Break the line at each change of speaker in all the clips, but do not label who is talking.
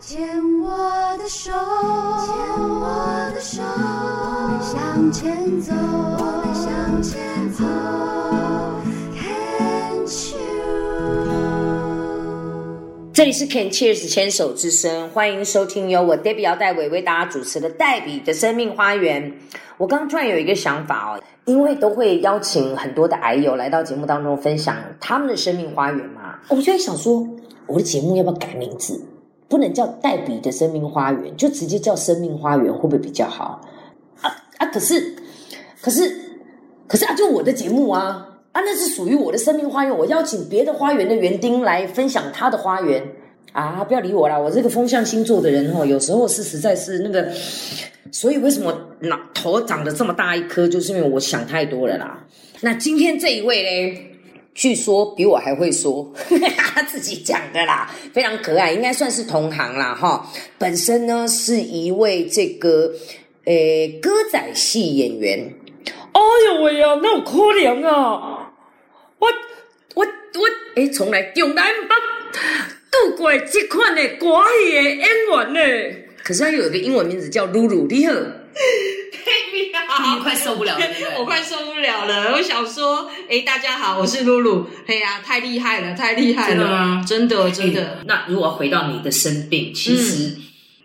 牵我的手，牵我的手，我们向前走，我们向前走。Can't you？
这里是 Can Cheers 牵手之声，欢迎收听由我 Debbie 姚黛伟为大家主持的《黛比的生命花园》。我刚突然有一个想法哦，因为都会邀请很多的癌友来到节目当中分享他们的生命花园嘛，我就在想说，我的节目要不要改名字？不能叫《黛比的生命花园》，就直接叫《生命花园》会不会比较好？啊啊！可是，可是，可是啊，就我的节目啊啊，那是属于我的生命花园。我邀请别的花园的园丁来分享他的花园啊，不要理我啦，我这个风象星座的人哦，有时候是实在是那个，所以为什么脑头长得这么大一颗，就是因为我想太多了啦。那今天这一位嘞，据说比我还会说， 他自己讲的啦，非常可爱，应该算是同行啦哈。本身呢是一位这个诶歌仔戏演员。哎呦喂呀、那有可怜啊！我我我诶，从来从来捌度过这款的歌戏的演员呢。可是他有一个英文名字叫露露， 你好。
快受不了了，对不对
我快受不了了。我想说，哎、大家好，我是露露。嘿呀、太厉害了，太厉害
真的
了
吗，
真的真的。
那如果回到你的生
嗯
病，其实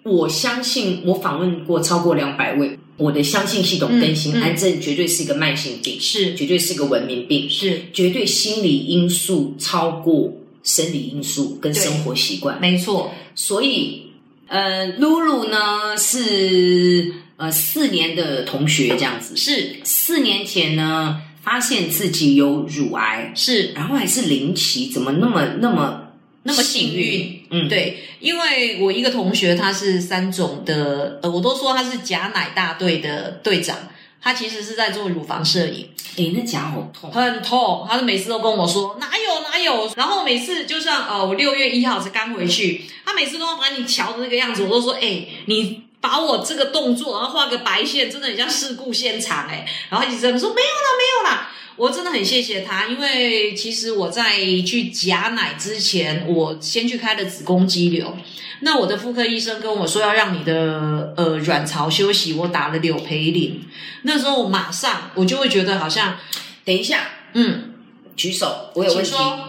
我相信我访问过超过两百位，我的相信系统更新，
嗯嗯
癌症绝对是一个慢性病，
是
绝对是个文明病，
是
绝对心理因素超过生理因素跟
对
生活习惯，
没错，
所以呃，露露呢是呃四年的同学这样子，
是
四年前呢发现自己有乳癌，
是，
然后还是零期，怎么那么那么
那么幸运？
嗯，
对，因为我一个同学他是三种的，呃，我都说他是假奶大队的队长。他其实是在做乳房摄影，
哎，那夹好痛，
很痛。他是每次都跟我说哪有哪有，然后每次就像呃，我六月一号才刚回去，他每次都要把你瞧的那个样子，我都说哎、你把我这个动作，然后画个白线，真的很像事故现场哎、然后一直在那边说没有啦没有啦，我真的很谢谢他，因为其实我在去夹奶之前，我先去开了子宫肌瘤。那我的妇科医生跟我说要让你的呃卵巢休息，我打了柳培林。那时候我马上我就会觉得好像
等一下，
嗯，
举手，我有问题
请。说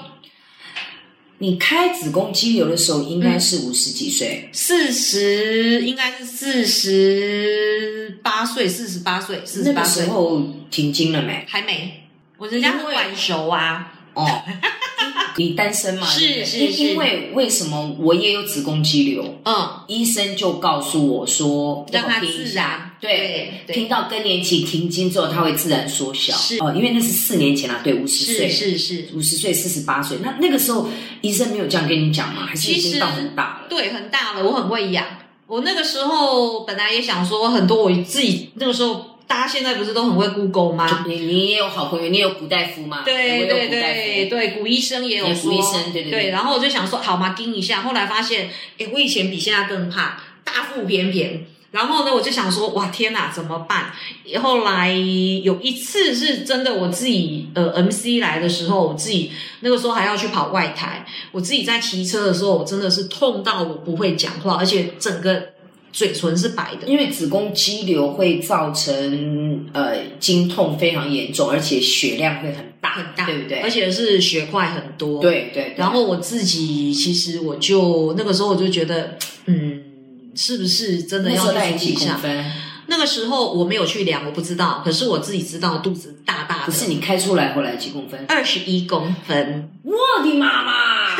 你开子宫肌瘤的时候应该是五十几岁，
四十应该是四十八岁，四十八岁，四十
那
八
个
岁
时候停经了没？
还没，我人家
因
很
为
晚熟啊，
哦，你单身嘛？
是
对不对
是
因
是
因为为什么我也有子宫肌瘤？
嗯，
医生就告诉我说，
让它
要听一
自
下
然，
对。
对
听到更年期停经之后，它会自然缩小。
是
哦，因为那是四年前啊，对，五十
是
岁，
是是，
五十岁，四十八岁。那那个时候医生没有这样跟你讲吗？还是已
其
经
实
到很大了？
对，很大了，我很会养。我那个时候本来也想说很多，我自己那个时候，大家现在不是都很会 Google 吗？
你你也有好朋友，你也有古大夫嘛？我
啊对
也有
对
古大夫
对对，古医生也有
也
说，
古医生对对对
然后我就想说，好嘛，盯一下。后来发现，哎，我以前比现在更怕，大腹便便。然后呢，我就想说，哇，天哪，怎么办？后来有一次是真的，我自己呃 MC 来的时候，我自己那个时候还要去跑外台，我自己在骑车的时候，我真的是痛到我不会讲话，而且整个嘴唇是白的。
因为子宫肌瘤会造成呃经痛非常严重，而且血量会很大，
很大，
对不对？
而且是血块很多，
对对对
然后我自己其实我就那个时候我就觉得，嗯，是不是真的
那时
要
候
去
大概
处理
几
一
公
下？
分？
那个时候我没有去量，我不知道，可是我自己知道肚子大大
不
的，
是你开出来后来几公分？
二十一公分。
我的妈妈！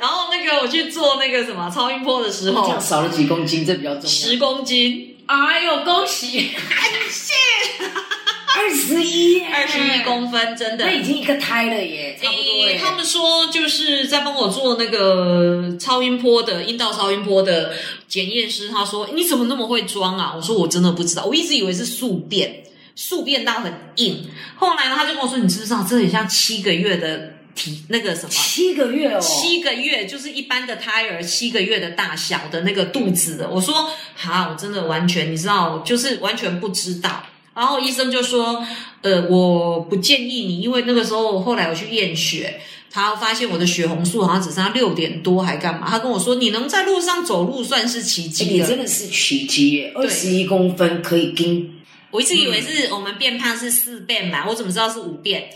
然后那个我去做那个什么超音波的时
这
候
样，少了几公斤，这比较重要。
十公斤，
哎呦，恭喜！二十一，
二十一，公分，真的
那。已经一个胎了耶，差不多
诶
耶。
他们说就是在帮我做那个超音波的阴道超音波的检验师，他说你怎么那么会装啊？我说我真的不知道，我一直以为是宿便，宿便到很硬。后来呢，他就跟我说，你知不知道这很像七个月的体那个什么？
七个月哦，
七个月就是一般的胎儿七个月的大小的那个肚子的，我说哈，我真的完全你知道，就是完全不知道。然后医生就说，呃，我不建议你，因为那个时候后来我去验血，他发现我的血红素好像只剩下六点多，还干嘛？他跟我说，你能在路上走路算是奇迹
哎你
了。
真的是奇迹耶！二十一公分可以跟
我一直以为
嗯
是我们变胖是四变嘛，我怎么知道是五变？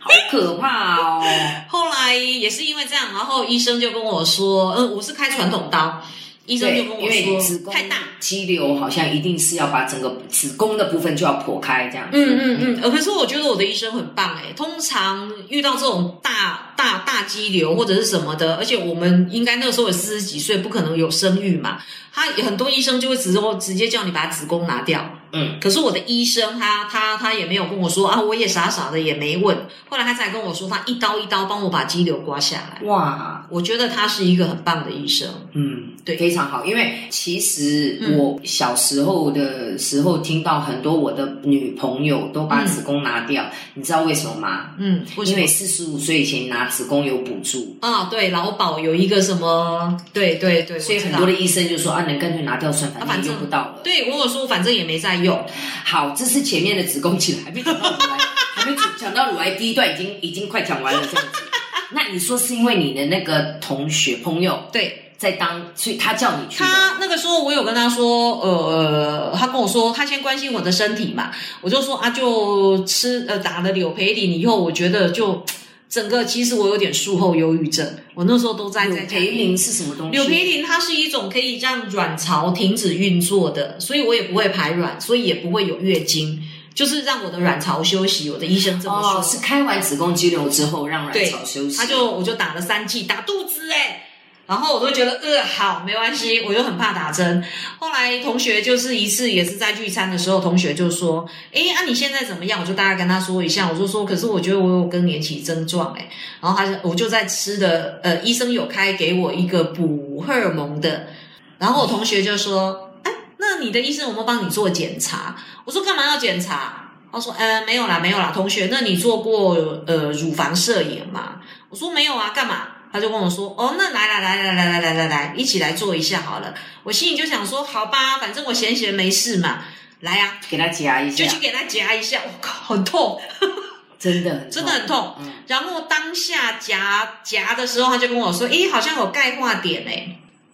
好可怕哦！
后来也是因为这样，然后医生就跟我说，嗯，我是开传统刀，医生就
对
跟，
因为
我
子
说
宫
太大。
肌瘤好像一定是要把整个子宫的部分就要剖开这样子。
嗯嗯嗯，呃，可是我觉得我的医生很棒哎、通常遇到这种大大大肌瘤或者是什么的，而且我们应该那个时候也四十几岁，不可能有生育嘛。他很多医生就会直接直接叫你把子宫拿掉。
嗯，
可是我的医生他他他也没有跟我说啊，我也傻傻的也没问。后来他才跟我说，他一刀一刀帮我把肌瘤刮下来。
哇，
我觉得他是一个很棒的医生。
嗯，
对
非常好。因为其实
嗯
我小时候的时候，听到很多我的女朋友都把
嗯
子宫拿掉，你知道为什么吗？
嗯，为什
因
么
为？四十五岁以前拿子宫有补助，
啊，对，劳保有一个什么？对对对，
所以
我知
很
道
多的医生就说啊，能干脆拿掉算，
啊
反
反
正
正
用不到了。
对，我有说，反正也没在用。
好，这是前面的子宫肌瘤，还没讲到乳癌，还没讲到乳癌第一段已经已经快讲完了这样子。那你说是因为你的那个同学朋友
对，
在当，所以他叫你去的，
他那个时候我有跟他说，呃，他跟我说他先关心我的身体嘛，我就说啊，就吃呃打了柳培林以后，我觉得就整个其实我有点术后忧郁症，我那时候都在
柳
在家
培林是什么东西？
柳培林它是一种可以让卵巢停止运作的，所以我也不会排卵，所以也不会有月经，就是让我的卵巢休息。我的医生这么说，
哦，是开完子宫肌瘤之后让卵巢休息，
他就我就打了三剂，打肚子哎、然后我都觉得呃好没关系，我就很怕打针。后来同学就是一次也是在聚餐的时候，同学就说：“诶，啊你现在怎么样？”我就大概跟他说一下，我就说：“可是我觉得我有更年期症状哎、然后他就我就在吃的呃，医生有开给我一个补荷尔蒙的，然后我同学就说：“哎、那你的医生有没有帮你做检查？”我说：“干嘛要检查？”他说：“呃，没有啦，没有啦，同学，那你做过呃乳房摄影吗？”我说没有啊，干嘛？他就跟我说，哦，那来来来来来来来来来，一起来做一下好了。我心里就想说，好吧，反正我闲闲没事嘛，来呀、
给他夹一
就
下，
去给他夹一下。我靠，很痛，
真的很
真的很
痛。
痛。
嗯，
然后当下夹夹的时候，他就跟我说，诶，好像有钙化点哎、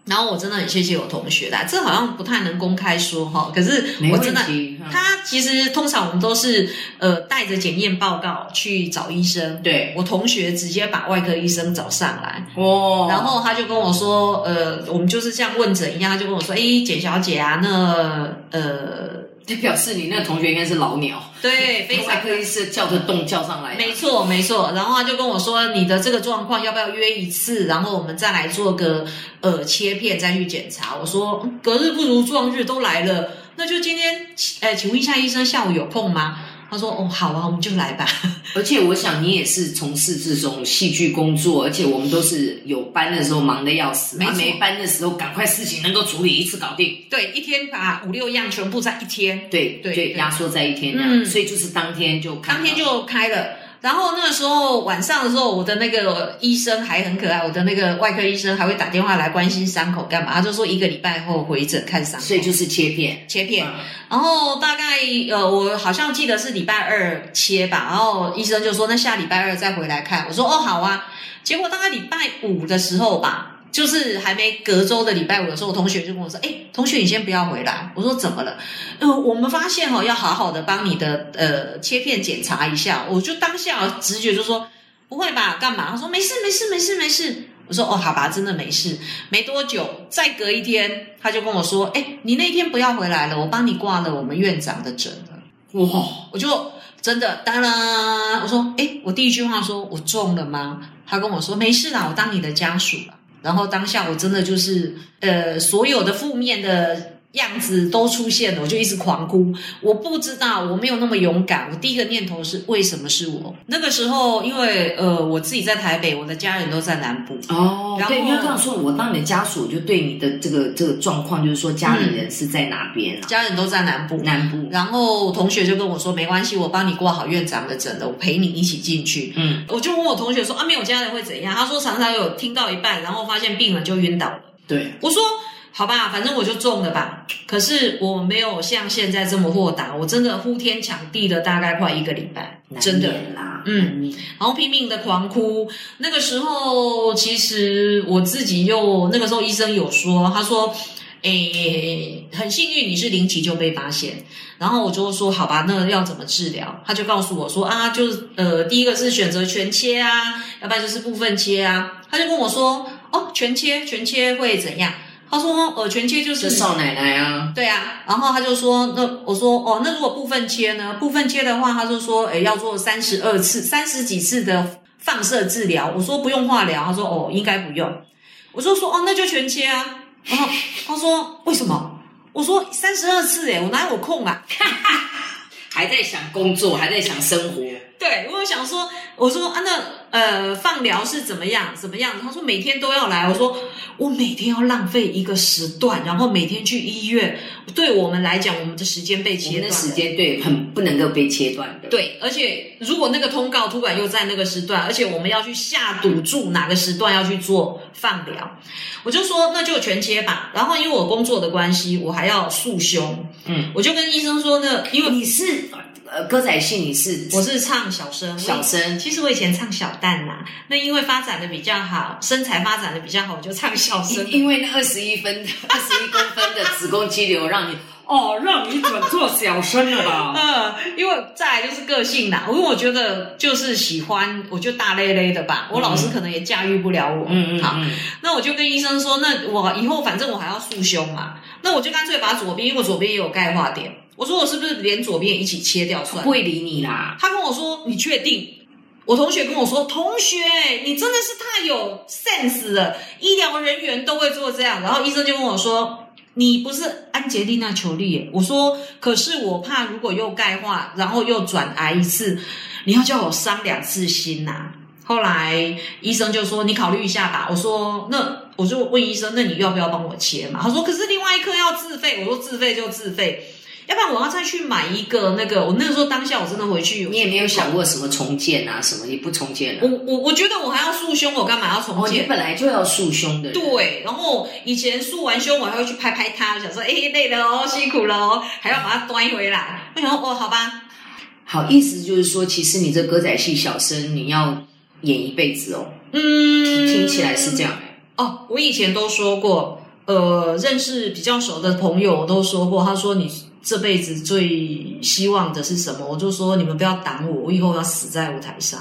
然后我真的很谢谢我同学啦，这好像不太能公开说哈，可是
没
我真
问
的
题。嗯
他其实通常我们都是呃带着检验报告去找医生，
对
我同学直接把外科医生找上来，
哦，
然后他就跟我说，呃，我们就是像问诊一样，他就跟我说，诶，简小姐啊，那呃，
这表示你那个同学应该是老鸟，
对，非常
外。科医师叫得动叫上来，
没错，没错。然后他就跟我说，你的这个状况要不要约一次，然后我们再来做个呃切片，再去检查。我说嗯隔日不如撞日，都来了，那就今天，呃，请问一下医生，下午有空吗？他说哦，好啊，我们就来吧。
而且我想你也是从事这种戏剧工作，而且我们都是有班的时候忙得要死，
没
啊
错
没班的时候赶快事情能够处理一次搞定，
对，一天把五六样全部在一天，
对
对对
压缩在一天这样，
嗯
所以就是当天就看
当天
到
就开了。然后那个时候晚上的时候，我的那个医生还很可爱，我的那个外科医生还会打电话来关心伤口干嘛，他就说一个礼拜后回诊看伤口，
所以就是切片，嗯
切片。然后大概呃，我好像记得是礼拜二切吧，然后医生就说那下礼拜二再回来看，我说哦好啊。结果大概礼拜五的时候吧，就是还没隔周的礼拜五的时候，我同学就跟我说，哎，同学你先不要回来，我说怎么了？呃，我们发现哦，要好好的帮你的呃切片检查一下，我就当下直觉就说不会吧，干嘛？他说没事没事没事没事。我说哦，好吧，真的没事。没多久，再隔一天，他就跟我说：“哎、你那天不要回来了，我帮你挂了我们院长的诊了。
哇，”
我就真的，当然，我说：“哎、我第一句话说我中了吗？”他跟我说：“没事啦，我当你的家属了。”然后当下我真的就是，呃，所有的负面的样子都出现了，我就一直狂哭。我不知道，我没有那么勇敢。我第一个念头是为什么是我？那个时候，因为呃，我自己在台北，我的家人都在南部，
哦，
然后
对，因为这样说，我当你的家属，我就对你的这个这个状况，就是说家
嗯
里人是在哪边啊？
家人都在南部，
南部，
然后同学就跟我说，没关系，我帮你挂好院长的诊了，我陪你一起进去。
嗯，
我就问我同学说啊，没有家人会怎样？他说常常有听到一半，然后发现病人就晕倒了。
对，
我说好吧，反正我就中了吧。可是我没有像现在这么豁达，我真的呼天抢地的，大概快一个礼拜，真的。
啦，
嗯，
嗯，
然后拼命的狂哭。那个时候，其实我自己又那个时候医生有说，他说，诶、很幸运你是零期就被发现。然后我就说，好吧，那要怎么治疗？他就告诉我说啊，就是呃，第一个是选择全切啊，要不然就是部分切啊。他就跟我说，哦，全切，全切会怎样？他说，呃，全切就是
是少奶奶啊，
对啊，然后他就说，那我说哦，那如果部分切呢？部分切的话，他就说，诶，要做三十二次、三十几次的放射治疗。我说不用化疗，他说哦，应该不用。我就说哦，那就全切啊。然后他说为什么？我说三十二次诶，我哪有空啊？
还在想工作，还在想生活，
对，我有想说，我说啊，那呃，放疗是怎么样？怎么样？他说每天都要来。我说我每天要浪费一个时段，然后每天去医院，对我们来讲，我们的时间被
我
切
们的
断了
时间对很不能够被切断的。，
对，而且如果那个通告突然又在那个时段，而且我们要去下赌注哪个时段要去做放疗，我就说那就全切吧。然后因为我工作的关系，我还要束胸，
嗯，
我就跟医生说呢，因为
你是呃歌仔戏，你是
我是唱小生，
小生，
其实我以前唱小旦啦、那因为发展的比较好，身材发展的比较好，我就唱小生
因。因为那二十一分、二十一公分的子宫肌瘤让你哦，让你转做小生了吧？
嗯，因为再来就是个性啦，因为我觉得就是喜欢，我就大咧咧的吧。我老师可能也驾驭不了我。
嗯嗯嗯，
好，
嗯，
那我就跟医生说，那我以后反正我还要束胸嘛，那我就干脆把左边，因为我左边也有钙化点，我说我是不是连左边一起切掉算
不
了？
会理你啦。
他跟我说，你确定？我同学跟我说，同学，你真的是太有 sense 了，医疗人员都会做这样。然后医生就跟我说，你不是安杰丽娜·裘丽耶？我说，可是我怕如果又钙化，然后又转癌一次，你要叫我伤两次心呐、啊后来医生就说：“你考虑一下吧。”我说：“那我就问医生，那你要不要帮我切嘛？”他说：“可是另外一颗要自费。”我说：“自费就自费，要不然我要再去买一个那个。”我那个时候当下我真的回去，
你也没有想过什么重建啊，什么也不重建了、
我我我觉得我还要束胸，我干嘛要重
哦，你
建？
本来就要束胸的人，
对，然后以前束完胸，我还会去拍拍他，想说：“哎、累了哦，辛苦了哦， 还要把它端回来。”然后哦，好吧，
好意思就是说，其实你这歌仔戏小生，你要演一辈子哦，
嗯，
听起来是这样、 欸。
哦，我以前都说过，呃，认识比较熟的朋友都说过，他说你这辈子最希望的是什么？我就说你们不要挡我，我以后要死在舞台上。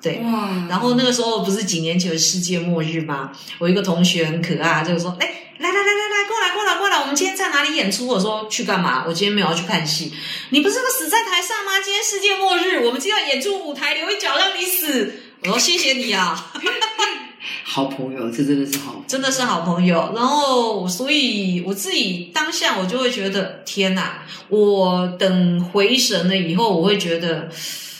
对，
哇，
然后那个时候不是几年前的世界末日吗？我一个同学很可爱，就说：“哎、来来来来来，过来过来过来，我们今天在哪里演出？”我说：“去干嘛？我今天没有要去看戏。你不是个死在台上吗？今天世界末日，我们就要演出舞台，留一脚让你死。”我说：“谢谢你啊。”
好朋友，这真的是好朋友。
真的是好朋友。然后，所以我自己当下我就会觉得，天哪！我等回神了以后，我会觉得，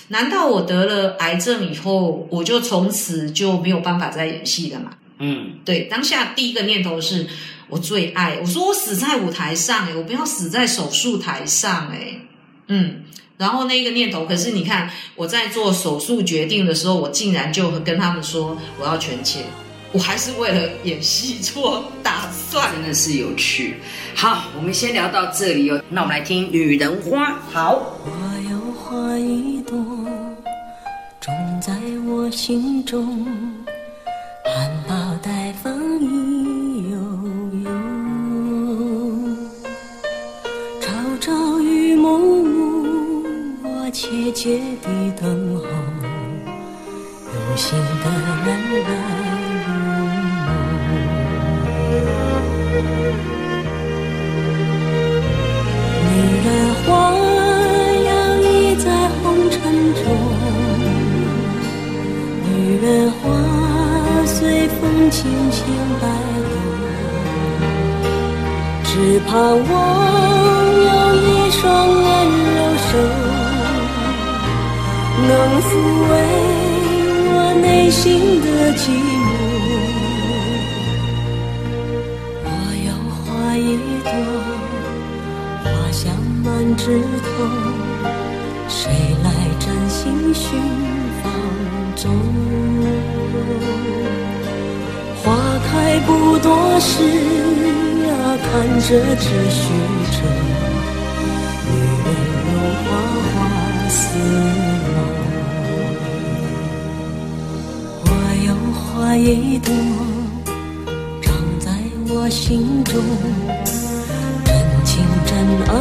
难道我得了癌症以后，我就从此就没有办法再演戏了吗？
嗯，
对，当下第一个念头是我最爱，我说我死在舞台上、欸，我不要死在手术台上、欸，嗯。然后那个念头，可是你看，我在做手术决定的时候，我竟然就跟他们说我要全切，我还是为了演戏做打算。
真的是有趣。好，我们先聊到这里哦。那我们来听《女人花》。好，
花呀花一朵，种在我心中，含苞待放意悠悠。朝朝与暮暮，我切切地等候，有心的人来入梦。女人花摇曳在红尘中，女人花随风轻轻摆动，只盼望有一双温柔手，能抚慰我内心的寂寞。我要花一朵。花香满枝头，谁来真心寻芳踪？花开不多时，啊看着只虚着，女人如花花似梦。我有花一朵，长在我心中，真情真爱